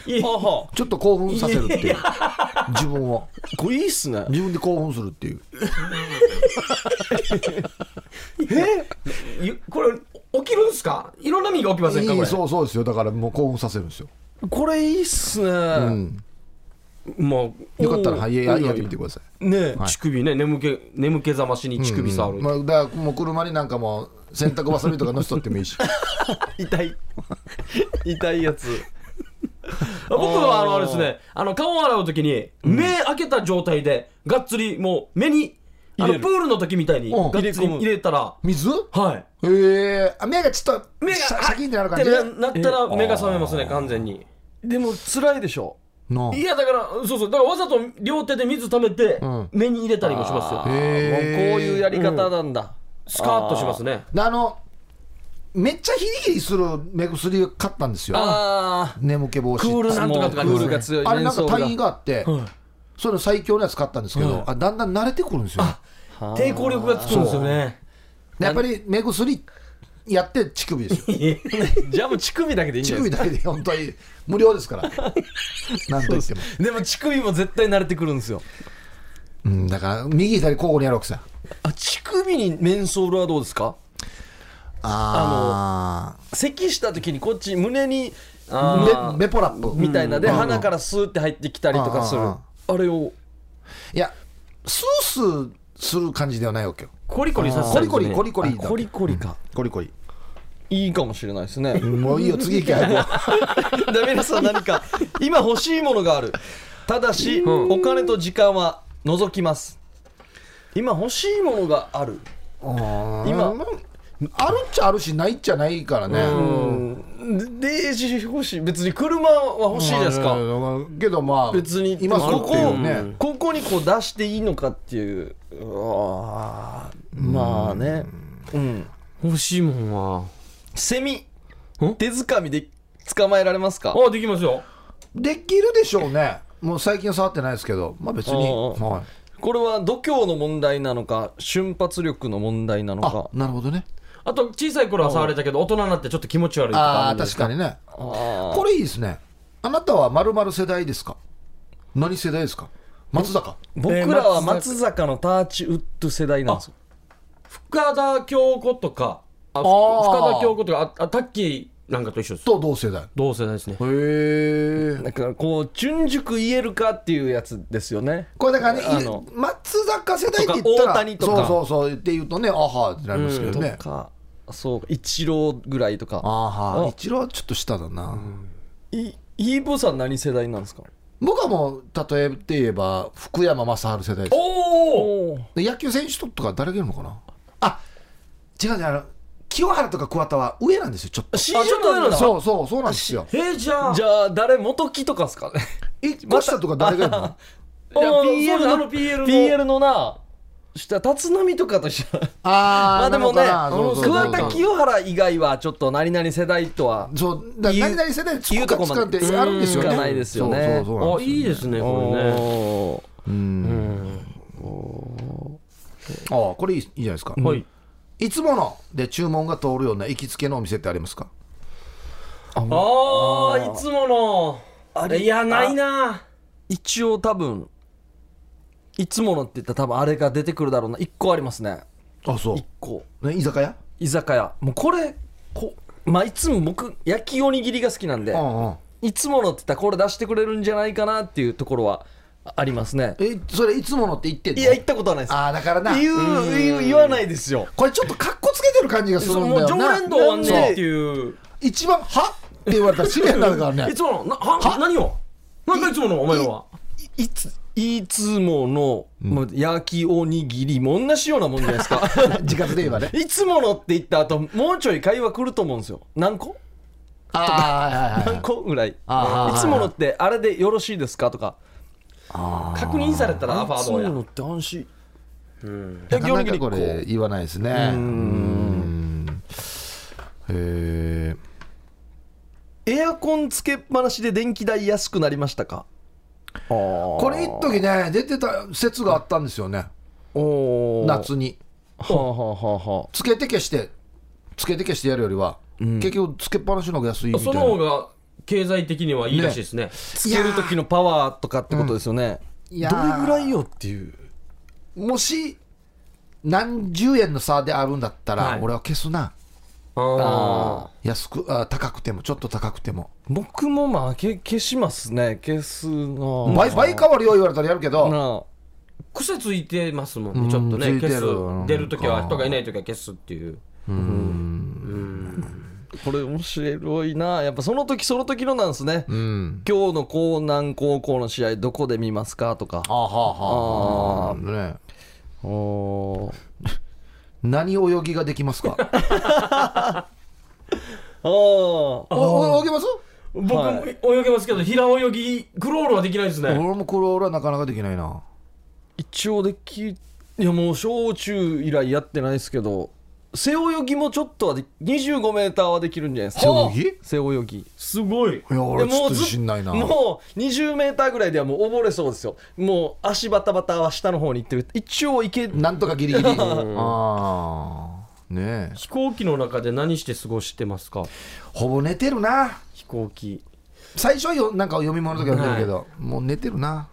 いいはあはあちょっと興奮させるっていう。自分を。これいいっすね自分で興奮するっていう。ゆこれ起きるんすかいろんな身が起きませんかいこいれそうそうですよ。だからもう興奮させるんですよ。これいいっすね、うん。もうよかったら、おーはい、ややってみてください。ねえ、乳首ね眠気眠気覚ましに乳首触る、まあ、だからもう車になんかもう洗濯バサミとかのせとってもいいし。痛 (laughs) い痛いやつ僕はあのあれですねあの顔を洗う時に目開けた状態でがっつりもう目にあ入れのるプールの時みたいにうがんっつり入れたら水はいええー、あ目がちょっと目がシャシャキンってなる感っじてでななったら目が覚めますね完全にでも辛いでしょのいやだからそうそうだからわざと両手で水溜めてん目に入れたりもしますよ、あーもうこういうやり方なんだ、スカーッとしますねあのめっちゃヒリヒリする目薬買ったんですよああ眠気防止クールななんんととかとかとかかクールが強いあれなんか連想が退院があって、それの最強のやつ買ったんですけど、あだんだん慣れてくるんですよ抵抗力がつくんですよねでやっぱり目薬やって乳首ですよじゃあもう乳首だけでいいんじ乳ゃない首でだけで本当に無料ですからなんと言ってもすかでも乳首も絶対慣れてくるんですようんだから右左交互にやろうくさあ乳首にメンソールはどうですかあ咳した時にこっち胸にああーベベポラップみたいなでうん鼻からスーって入ってきたりとかするうんうんあれをいやスースーする感じではないわけよコリコリさせコたりリでコリコすねリコリだコリコリかコリコリいいかもしれないですね (laughs) もういいよ次行け早くで皆さん何か今欲しいものがあるただしお金と時間は除きます今欲しいものがある今あるっちゃあるしないっちゃないからねレージ欲しい別に車は欲しいじゃないですかうんけどまあ別に今でもそうっていうね、ここここにこう出していいのかっていううわーまあねうん欲しいもんはセミん手づかみで捕まえられますかああできますよできるでしょうねもう最近は触ってないですけどまあ別に、うんうんはい、これは度胸の問題なのか瞬発力の問題なのあかなるほどねあと小さい頃は触れたけど大人になってちょっと気持ち悪いとかあああるんです確かにねあこれいいですねあなたはまるまる世代ですか何世代ですか松坂僕らは松坂のターチウッド世代なんですよ深田恭子とかああふー深田恭子とかああタッキーなんかと一緒ですと同世代へ同世代ですねえなんかこう純熟言えるかっていうやつですよねこれだからねあのい松坂世代って言っとたらか大谷とかそうそうそうって言うとねあはーってなりますけどとね、かそう一郎ぐらいとかあはあー一郎はちょっと下だな、いイーボさん何世代なんですか僕はもう例えて言えば福山雅治世代ですおおおで野球選手とか誰がいるのかなあ違う違うあの清原とか桑田は上なんですよちょっとシあちょっと上なんだそうそうそうなんですよえー、じゃあじゃあ誰元木とかですかね一個下とか誰がい (laughs) るのい (laughs) やあー PL そうなの PL の PL のなした立浪とかと一緒あーまあでもねなるほどなそうそうそう桑田清原以外はちょっと何々世代とはそうだ言う何々世代つ言くうとかこつかまんでってあるんですよねつかないですよねそうそうそうなんあですよいいですねこれねおうんああこれいいいいじゃないですか、はいいつもので注文が通るような行きつけのお店ってありますかああいつものいやないな一応多分いつものって言ったら多分あれが出てくるだろうな1個ありますねあそ1個う、ね、居酒屋居酒屋もうこれこまあいつも僕焼きおにぎりが好きなんでうんうんいつものって言ったらこれ出してくれるんじゃないかなっていうところはありますねえそれいつものって言ってんのいや行ったことはないですああだからな言う言う言わないですよこれちょっとかっこつけてる感じがするそうんもだよう常連度終わんねえっていう一番「はって言われたら試練になるからね (laughs) いつものなは何をなんかいつものお前のはいついつもの、もう焼きおにぎりも同じようなもんじゃないですか自活で言えばねいつものって言った後もうちょい会話来ると思うんですよ何個 (laughs) ああはいはい何個ぐらいいあーつものってあれでよろしいですかとか確認されたらアファいーつドもやのって安心な焼きおかにぎなかりこれ言わないですねうんへえエアコンつけっぱなしで電気代安くなりましたかここれ一時ね出てた説があったんですよねおー夏にはあ、はあはあはあ、つけて消してつけて消してやるよりは、結局つけっぱなしの方が安いみたいそなの方が経済的にはいいらしいですねつける時のパワーとかってことですよね、いやどれーぐらいよっていうもし何十円の差であるんだったら、はい俺は消すなああ安くあ高くてもちょっと高くても僕もまあけ消しますね消すな倍倍変わるよ言われたらやるけど、な癖ついてますもんねちょっとねうんついてる消す出る時は人がいない時は消すっていうこれ面白いなやっぱその時その時のなんですね、うん今日の江南高校の試合どこで見ますかとかあはあはああねおー何泳ぎができますかあーお (laughs) お泳げます僕は泳げますけど平泳ぎクロールはできないです俺ねもクロールはなかなかできないな一応できいやもう小中以来やってないですけど背泳ぎもちょっとはで2 5ーはできるんじゃないですかはあ背泳ぎすごいいや俺でちょもっうとず自信ないなもう2 0ーぐらいではもう溺れそうですよもう足バタバタは下の方に行ってる一応いけなんとかギリギリああねえ飛行機の中で何して過ごしてますかほぼ寝てるな飛行機最初はよなんか読み物とか読んでるけど、もう寝てるな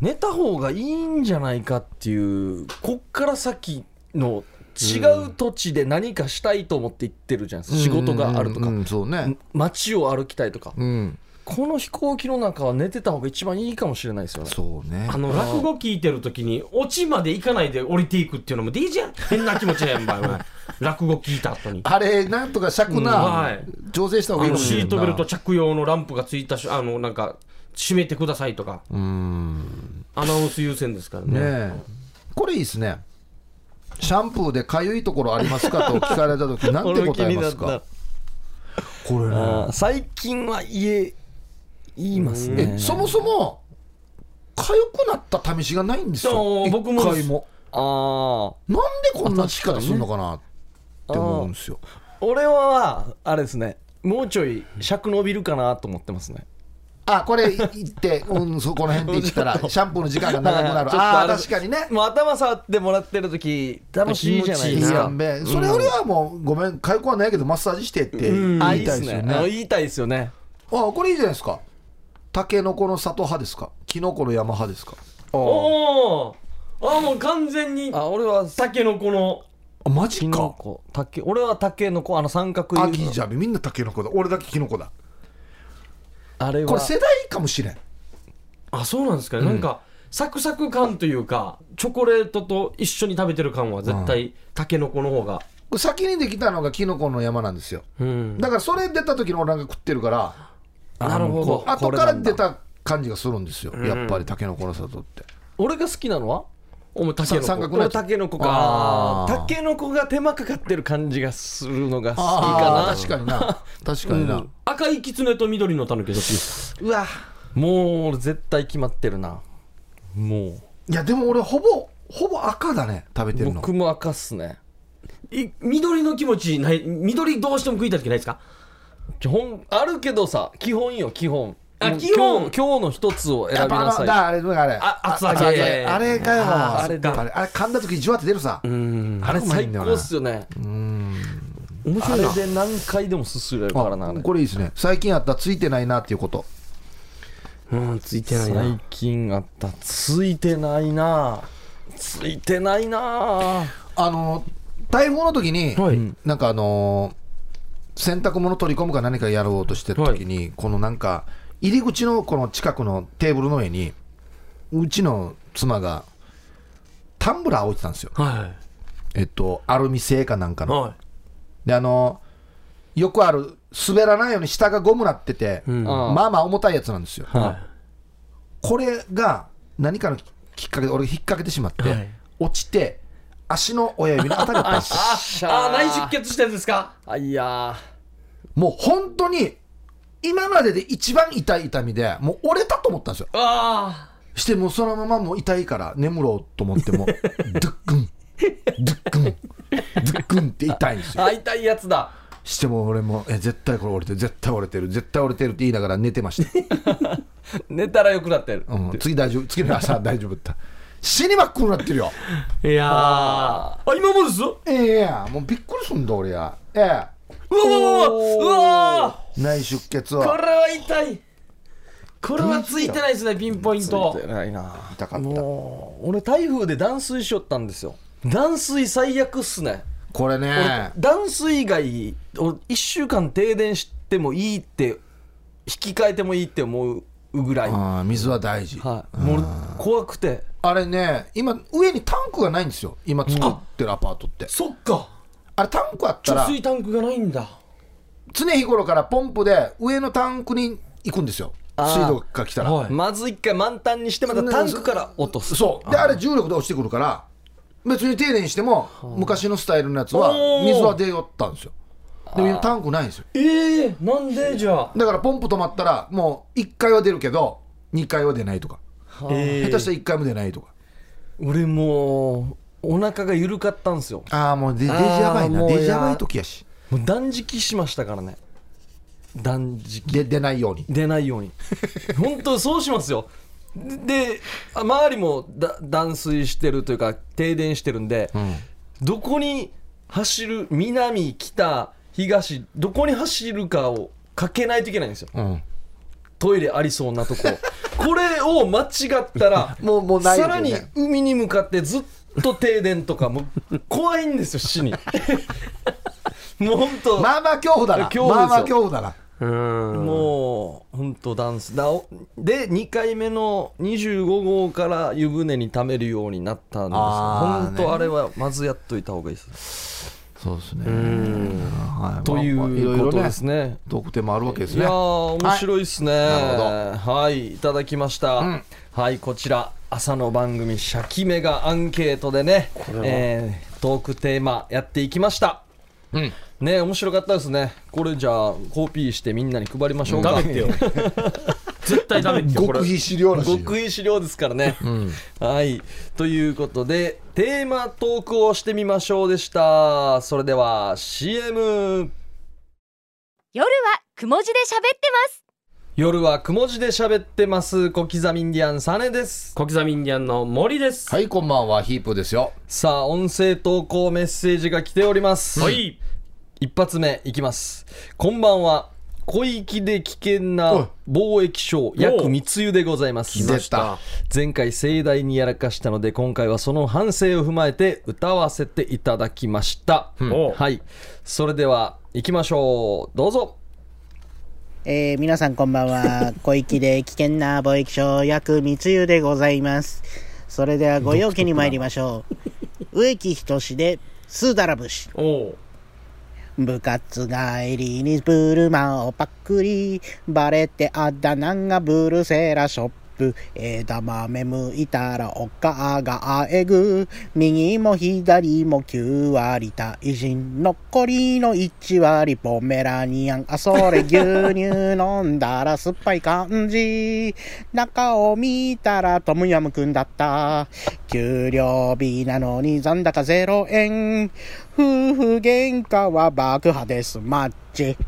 寝た方がいいんじゃないかっていうこっから先の違う土地で何かしたいと思って行ってるじゃないですか仕事があるとうんうかんうんそうね街を歩きたいとかうんこの飛行機の中は寝てた方が一番いいかもしれないですよねそうねあの落語聞いてる時にオチまで行かないで降りていくっていうのも DJ 変な気持ちやんばいお前落語聞いた後にあれなんとか尺な、うんはい調整した方があいいかのもしシれーないトなベルト着用のランプがついたしあのなんか閉めてくださいとかうんアナウンス優先ですからねねえこれいいですねシャンプーでかゆいところありますかと聞かれ (laughs) た時なんて答えますかこれあー最近は言え言いますねえそもそもかゆくなった試しがないんですよそう一僕も回もああなんでこんな聞き方するのかなって思うんですよ俺はあれですねもうちょい尺伸びるかなと思ってますねああこれ行 (laughs) って、うん、そこの辺で行ったらシャンプーの時間が長くなるちょっとあああの確かにねもう頭触ってもらってる時楽しいじゃないいでいすやかんべそれよりはもうごめん解雇はないけどマッサージしてって言いあたいいいっですすよねねあ言いたいですよねあこれいいじゃないですかタケノコの里派ですかキノコの山派ですかおおあもう完全にあ俺はタケノコのあマキジノかコタケ俺はタケノコあの三角アいギージャビみんなタケノコだ俺だけキノコだあれはこれ世代かもしれんあそうなんですかね、なんかサクサク感というかチョコレートと一緒に食べてる感は絶対タケノコの方がこれ先にできたのがキノコの山なんですようんだからそれ出た時の俺なんか食ってるからあなるほどもうこ後これかならんだ出た感じがするんですよやっぱりタケノコの里って俺が好きなのはお前タケノさ三角コこ俺のやつタケノコあかータケノコが手間かかってる感じがするのが好きあかー確かにな確かにな赤いキツネと緑のタヌキどっちですなうわもう俺絶対決まってるなもういやでも俺ほぼほぼ赤だね食べてるの僕も赤っすねかい緑の気持ちない緑どうしても食いたい時ないですか基本あるけどさ基本よ基本あもう基本今日今日の一つをや選っびぱあなのさいだあれあれあ厚揚げあれあれかよあーあれそっかあれあれ噛んだ時じわって出るさうんあれうまい最んだよな高っすよね面あ白いれなで何回でもすすれるからなあれこれいいですね最近あったついてないなっていうことうんついてないな最近あったついてないなついてないなあの台風の時に、はいなんかあのー洗濯物取り込むか何かやろうとしてる時に、このなんか入り口のこの近くのテーブルの上にうちの妻がタンブラー置いてたんですよはえっとアルミ製かなんかいのはであのよくある滑らないように下がゴムなってて、いうんはあまあまあ重たいやつなんですよ、いこれが何かのきっかけで俺引っ掛けてしまって、はい落ちて足の親指に当たったんですあっしあーゃ内出血したやつですかあいや (laughs) もう本当に今までで一番痛い痛みでもう折れたと思ったんですよあしてもうそのままもう痛いから眠ろうと思っ (laughs) てもドゥックンドゥックンドゥックンって痛いんですーよあ痛いやつだしても俺もえ絶対これ折れてる絶対折れてる絶対折れてるって言いながら寝てました、寝たらよくなってるうん、次大丈夫次の (laughs) 朝大丈夫だって死にまっくなってるよあいやーあ今もですうわええやもうびっくりすんだ俺やええうわうわうわ内出血こはれは痛いこれはついてないですねピンポイントついてないな痛かったもう俺台風で断水しよったんですよ断水最悪っすねこれね俺断水以外俺1週間停電してもいいって引き換えてもいいって思うぐらい、はあー水は大事、い、もう怖くてあれね今上にタンクがないんですよ今作ってるアパートって、そっかあれタンクあった貯ら水タンクがないんだ常日頃からポンプで上のタンクに行くんですよあー水道が来たら、はいまず一回満タンにしてまたタンクから落とすそうであれ重力で落ちてくるから別に停電しても昔のスタイルのやつはおー水は出よったんですよでも今タンクないんですよええなんでじゃあだからポンプ止まったらもう1回は出るけど2回は出ないとかえ下手したら1回も出ないとか俺もうお腹が緩かったんですよああもうデジあーやばいなもうやデジやばい時やしもう断食しましたからね断食で出ないように出ないよう (laughs) に本当そうしますよであ周りもだ断水してるというか停電してるんで、どこに走る南北東どこに走るかをかけないといけないんですようんトイレありそうなと (laughs) ここれを間違った (laughs) らもうもうないよさねらに海に向かってずっと停電とかもう怖いんですよ死に (laughs) もう本当、まあまあ恐怖だな恐怖ですまよあまあ恐怖だなうんもう本当ダンスだおで2回目の25号から湯船に溜めるようになったんですあ本ー当あれはまずやっといた方がいいです、そうですねはいといまあまあろうころとですね特典もあるわけですいねやー面白いですね、なはい、い、ただきました、んはいこちら朝の番組「シャキメガアンケート」でね、えートークテーマやっていきましたうんね面白かったですねこれじゃあコピーしてみんなに配りましょうかダメってよ絶対ダメってよこれ極秘資料らしい極秘資料ですからね、はいということでテーマトークをしてみましょうでしたそれでは CM 夜はくも字で喋ってます夜はくも字で喋ってます小刻みインディアンサネです小刻みインディアンの森です。はい、こんばんは、ヒープですよ。さあ音声投稿メッセージが来ております、はい。一発目いきますこんばんは小域で危険な貿易商約密輸でございます出た。前回盛大にやらかしたので今回はその反省を踏まえて歌わせていただきました、おうはいそれでは行きましょうどうぞえー皆さんこんばんは。小池で危険な貿易商約密輸でございます。それではご用件に参りましょう。植木仁で、スーダラ節。おう。部活帰りにブルマをパクリバレてあだ名がブルセラショップ枝豆むいたらおかがあえぐ右も左も9割大人残りの1割ポメラニアンあそれ牛乳飲んだら酸っぱい感じ中を見たらトムヤムくんだった給料日なのに残高0円夫婦喧嘩は爆破です。マッチ。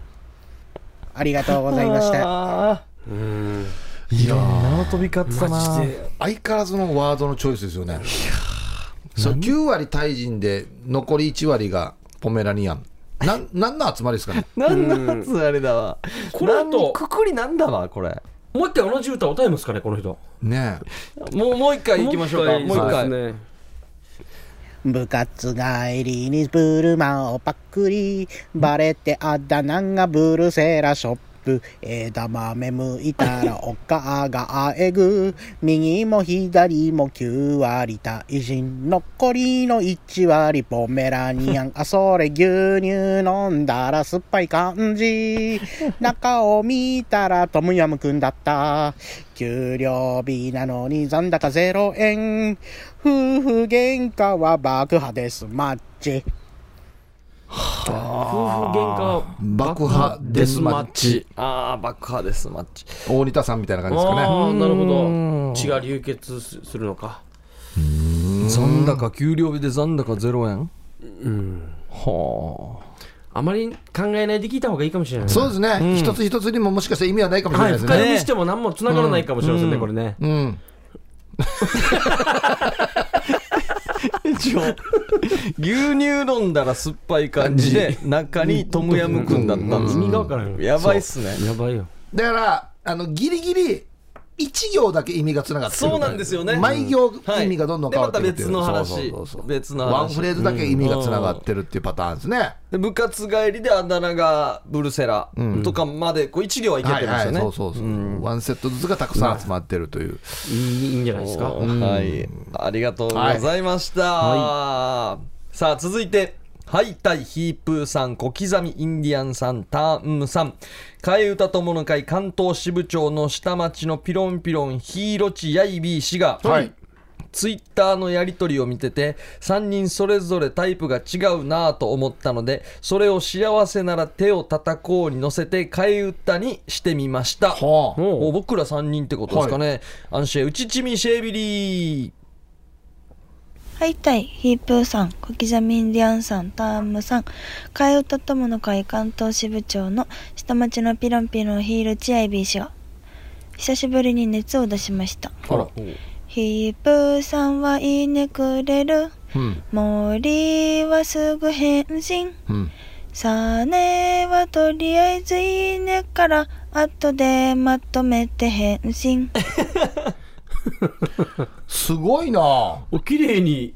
ありがとうございました。あいやーあ飛び交ってたな相変わらずのワードのチョイスですよね。そう9割タイ人で残り1割がポメラニアン。 (laughs) なん何の集まりですかね何のやつあれだわこれだとなんくくりなんだわこれもう一回同じ歌歌えますかね、この人。ねもうもう一回行きましょうかもう一回そうですね部活帰りにブルマをパクリ。バレてあだ名がブルセラショップ。枝豆むいたらおかがあえぐ。右も左も9割大人。残りの1割ポメラニアン。 (laughs) あそれ牛乳飲んだら酸っぱい感じ。 (laughs) 中を見たらトムヤムくんだった。給料日なのに残高0円。夫婦喧嘩は爆破です。マッチ。夫婦喧嘩え、爆破デスマッチ。ああ爆破ですマッチ大仁田さんみたいな感じですかね。ああ、なるほど。血が流血すするのか。残高給料日で残高0円はあまり考えないで聞いた方がいいかもしれない。そうですね、一つ一つにももしかしたら意味はないかもしれはないい、で深すね。読みしても何も繋がらないかもしれませんね、これね。うん、あ一応牛乳飲んだら酸っぱい感じで中にトムヤムくんだったんです意味がわからんよ。やばいっすねやばいよ。だからあのギリギリ一行だけ意味がつながってるそうなんですよね毎行はい意味がどんどん変わってるっていう、でまた別の話そうそうそうそう別の話ワンフレーズだけ意味がつながってるっていうパターンですね、で部活帰りであだ名がブルセラとかまでこう1行はいけはいてましはたいねそうそうそう、ワンセットずつがたくさん集まってるという、いいいいんじゃないですか。はい、ありがとうございました、さあ続いてハイタイヒープーさん小刻みインディアンさんターンさん替え歌友の会関東支部長の下町のピロンピロンヒーロチヤイビー氏が、はいツイッターのやり取りを見てて3人それぞれタイプが違うなぁと思ったのでそれを幸せなら手を叩こうに乗せて替え歌にしてみましたはあもう僕ら3人ってことですかね、アンシェウチチミシェービリーはいたい、ヒープーさん、小刻みインディアンさん、タームさん、替え歌友の会関東支部長の下町のピロンピロンヒールチアイビー氏が、久しぶりに熱を出しました。あら、ヒープーさんはいいねくれる。うん森はすぐ返信。うん、サネはとりあえずいいねから、後でまとめて返信。すごいなお綺麗に。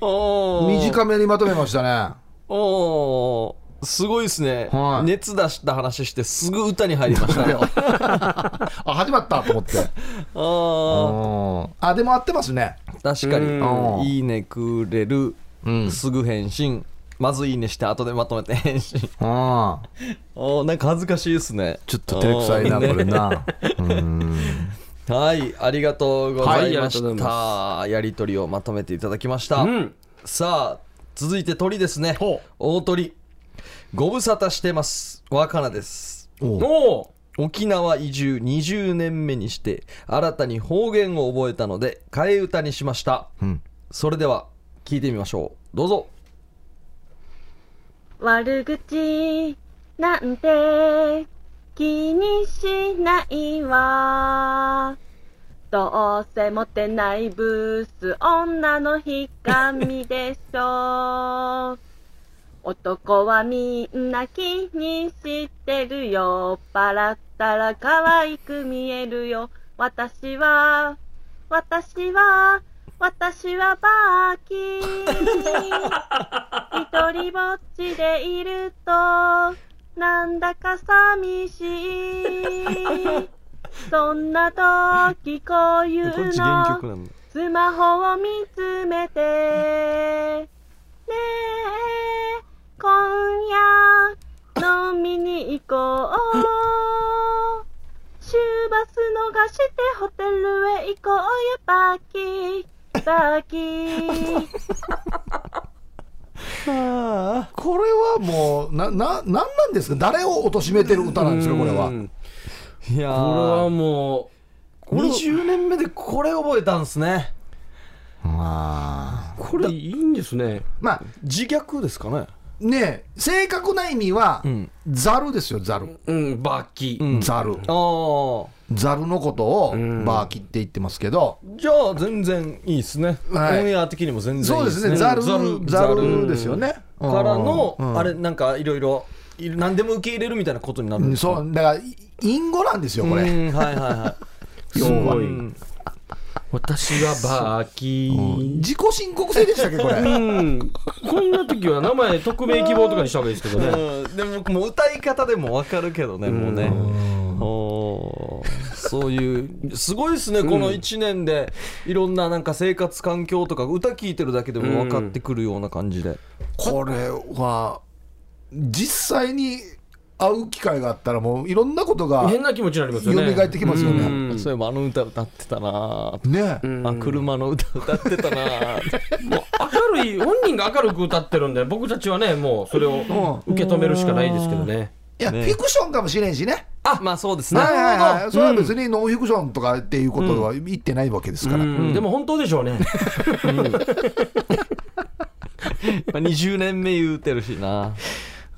おー短めにまとめましたねおーすごいですね、はい熱出した話してすぐ歌に入りましたねあ始まったと思ってあうんあでも合ってますねー (laughs) 確かうんに「いいねくれる」うんすぐ返信」まずいいねして後でまとめて返信あおーなんか恥ずかしいですねちょっと照れくさいなおこーれねな、うんはいありがとうございましはいありがとうございた、やりとりをまとめていただきました、うん。さあ続いて鳥ですねほう大鳥ご無沙汰してます若菜ですおうおう沖縄移住20年目にして新たに方言を覚えたので替え歌にしました、んそれでは聞いてみましょうどうぞ悪口なんて気にしないわ。どうせモテないブース、女のひがみでしょう。男はみんな気にしてるよ。笑ったら可愛く見えるよ。私は、私は、私はバーキン。一人ぼっちでいると、なんだか寂しい。そんな時こういうこっち原曲の、なのスマホを見つめて、ねえ、今夜、飲みに行こう。週バス逃してホテルへ行こうよ、バーキー、バーキー。これはもう、な、な、なんなんですか誰を貶としめてる歌なんですか、これは。うんいやこれはーもう20年目でこれ覚えたんですねまあ。これいいんですねまあ、自虐ですかねねえ、正確な意味はん、ざるですよ、ざる。うんバッキー、んざる。ああざるのことをんバーキって言ってますけど、じゃあ全然いいですね、はいオンエア的にも全然いいそうですね、ざる、ざるですよね。うんからの、うんあれなんかいろいろいろ何でも受け入れるみたいなことになるうんんですそう、だから、隠語なんですよ、ここれれ。はいはいは (laughs) すごいい、私がバーキー自己申告制でしたっけ、これ。うん、こんな時は名前匿名希望とかにした方がいいですけどねうん、でも僕もう歌い方でもわかるけどねもうねおーそういうすごいですねこの1年でいろんななんか生活環境とか歌聞いてるだけでも分かってくるような感じで、 (laughs) これは、実際に会う機会があったら、もういろんなことが変な気持ちになりますよね蘇ってきますよねうんそういえばあの歌歌ってたなーねえ、あ車の歌歌ってたなー明るい本人が明るく歌ってるんで僕たちはねもうそれを受け止めるしかないですけどねいや、フィクションかもしれんしね。あまあそうですねはいはいはい。それは別にノンフィクションとかっていうことは言ってないわけですから。うんでも本当でしょうねまあ20年目言うてるしな。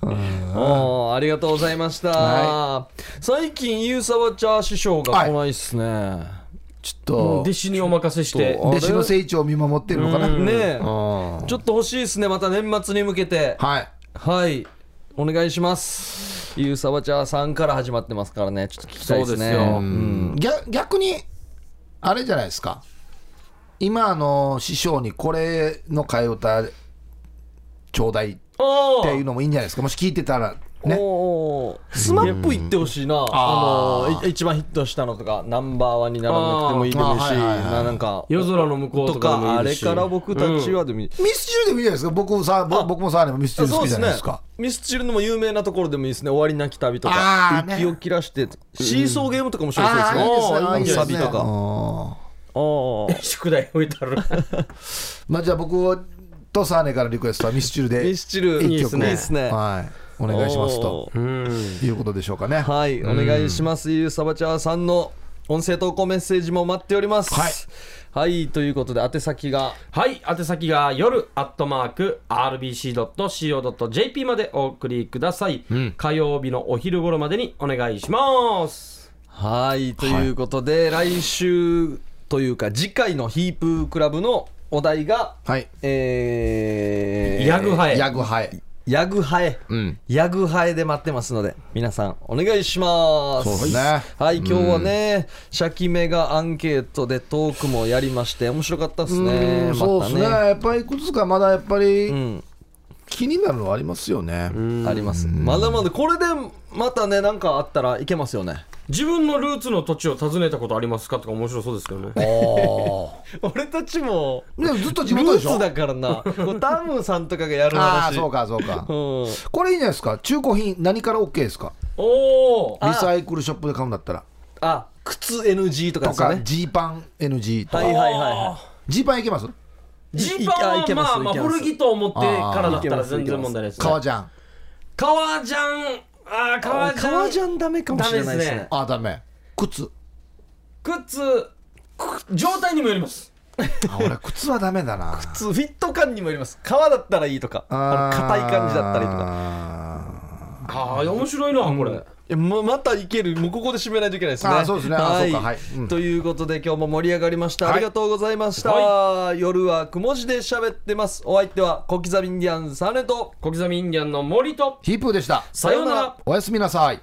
おーありがとうございました、最近ゆうさわちゃー師匠が来ないっすね、ちょっと、うん弟子にお任せしてあれ弟子の成長を見守ってるのかな。ねえうんちょっと欲しいっすねまた年末に向けてはい。はいお願いしますゆうさわちゃーさんから始まってますからねちょっと聞きたいですねそうですよん逆逆に、あれじゃないですか。今、あの、師匠にこれの替え歌、ちょうだいっおていうーのもいいんじゃないですか。もし聞いてたら、ね。おースマップ行ってほしいな、あのい一番ヒットしたのとかナンバーワンにならなくてもいいでもいいし、あーはいはいはいななんか夜空の向こうととかでかあもいいでれすしから僕たちはでもいい、ミスチルでもいいじゃないですか。僕もさ、ぼ僕もさ、でもミスチル好きじゃないですか。ミスチルのも有名なところでもいいですね終わりなき旅とあかーね息を切らしてシーソーゲームとかも面白あそうですねあ、いいですね。サビとかあうんー宿題置いてあるまあじゃあ僕とサーネからリクエストはミスチルでミスチルいいで一す曲をねいいですねはいお願いしますとうんいうことでしょうかね。はいお願いしますゆうさばちゃーさんの音声投稿メッセージも待っておりますはいはい、ということで宛先がはい、宛先が夜アットマーク RBC.CO.JP までお送りください、火曜日のお昼頃までにお願いしますはいということで、来週というか次回のヒープークラブのお題がはい。えー、ヤグハエヤグハエ。ヤグハエ、んヤグハエで待ってますので皆さんお願いしますそうですねはい今日はね、シャキメがアンケートでトークもやりまして面白かったですねまうんそうでたすね。やっぱりいくつかまだやっぱりん気になるのはありますよね。ありますまだまだこれでまたねなんかあったらいけますよね自分のルーツの土地を訪ねたことありますかとか面白そうですけどね俺たちもでもずっと地ル元でしーツょ。だから (laughs) なこうタムさんとかがやるあ話あそうかそうかう。んこれいいんじゃないですか。中古品何から OK ですか。おおあリサイクルショップで買うんだったらあ靴 NG とかとですよかねジーパン NG とはかいはいはいはジーパンいけます。いジーパンいはけまあまあいけ古着と思ってからだっいけたらます全然問題ないですね革ジャン。革ジャンあー革ジャン革ジャンダメかもしれないですねあダメ。靴。靴く状態にもよりますあ俺靴はダメだ (laughs) な。そうフィット感にもよります革だったらいいとかあの硬い感じだったりとかかああ面白いなこれやままたいけるもうここで締めないといけないですねあそうですねあはいそうかはいうんということで今日も盛り上がりました、はいありがとうございました、夜はくも字で喋ってますお相手は小刻みインディアンサネと小刻みインディアンの森とヒープーでしたさようならおやすみなさい